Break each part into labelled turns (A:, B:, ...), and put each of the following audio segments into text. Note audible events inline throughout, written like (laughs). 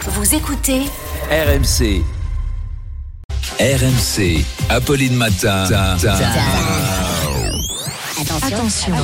A: Vous écoutez
B: RMC. RMC, Apolline Matin. Ta- ta-
A: Attention.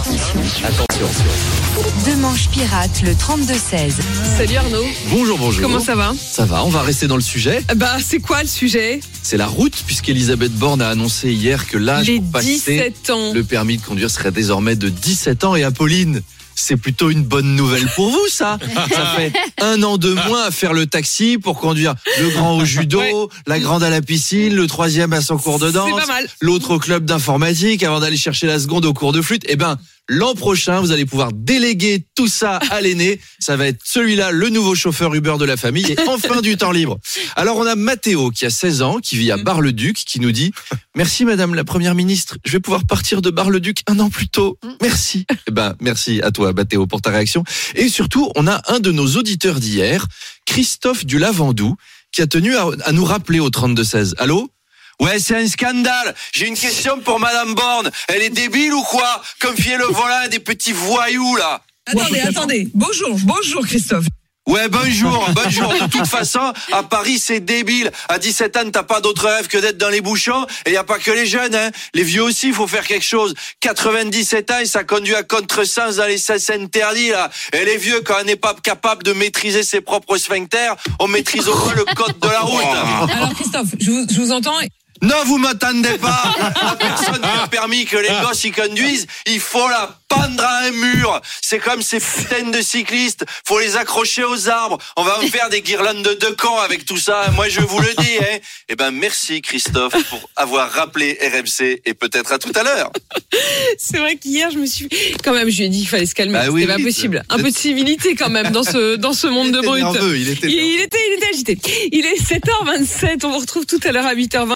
A: Deux manches pirates, le 32-16.
C: Salut Arnaud,
D: Bonjour, bonjour.
C: comment ça va
D: Ça va, on va rester dans le sujet.
C: Ah Bah c'est quoi le sujet
D: C'est la route, puisqu'Elisabeth Borne a annoncé hier que l'âge
C: Les
D: pour passer
C: 17 ans.
D: le permis de conduire serait désormais de 17 ans. Et Apolline, c'est plutôt une bonne nouvelle pour vous, ça.
C: (laughs)
D: ça fait un an de moins à faire le taxi pour conduire le grand au judo,
C: Ouais.
D: la grande à la piscine, le troisième à son cours de danse,
C: C'est pas mal.
D: l'autre au club d'informatique avant d'aller chercher la seconde au cours de flûte. Eh ben, l'an prochain, vous allez pouvoir déléguer tout ça à l'aîné. Ça va être celui-là, le nouveau chauffeur Uber de la famille et enfin du temps libre. Alors, on a Mathéo qui a 16 ans, qui vit à Bar-le-Duc, qui nous dit Merci Madame la Première Ministre, je vais pouvoir partir de Bar-le-Duc un an plus tôt. Merci. Eh ben, merci à toi Mathéo pour ta réaction. Et surtout, on a un de nos auditeurs d'hier, Christophe Dulavandou, qui a tenu à, à nous rappeler au 32-16. Allô Ouais, c'est un scandale. J'ai une question pour Madame Borne. Elle est débile ou quoi Confier le volant à des petits voyous là.
E: Attendez, attendez. Bonjour, bonjour Christophe.
D: Ouais, bonjour, bonjour. De toute façon, à Paris, c'est débile. À 17 ans, t'as pas d'autre rêve que d'être dans les bouchons. Et y a pas que les jeunes, hein. Les vieux aussi, faut faire quelque chose. 97 ans, et ça conduit à contresens dans les sens interdits, là. Et les vieux, quand on n'est pas capable de maîtriser ses propres sphincters, on maîtrise au moins le code de la route.
E: Alors Christophe, je vous, je vous entends.
D: Non, vous m'attendez pas. (laughs) La personne qui a permis que les gosses y conduisent, il faut la pendre à un mur. C'est comme ces putaines de cyclistes. Faut les accrocher aux arbres. On va en faire des guirlandes de deux camps avec tout ça. Moi, je vous le dis, hein. Eh ben, merci Christophe pour avoir rappelé RMC et peut-être à tout à l'heure.
C: (laughs) C'est vrai qu'hier je me suis quand même je lui ai dit il fallait se calmer,
D: Bah
C: c'était
D: oui,
C: pas
D: oui,
C: possible.
D: c'est-
C: Un peu de civilité quand même dans ce dans ce monde de brut.
D: il
C: Il, il était il était agité. Il est 7h27, on vous retrouve tout à l'heure à 8h20.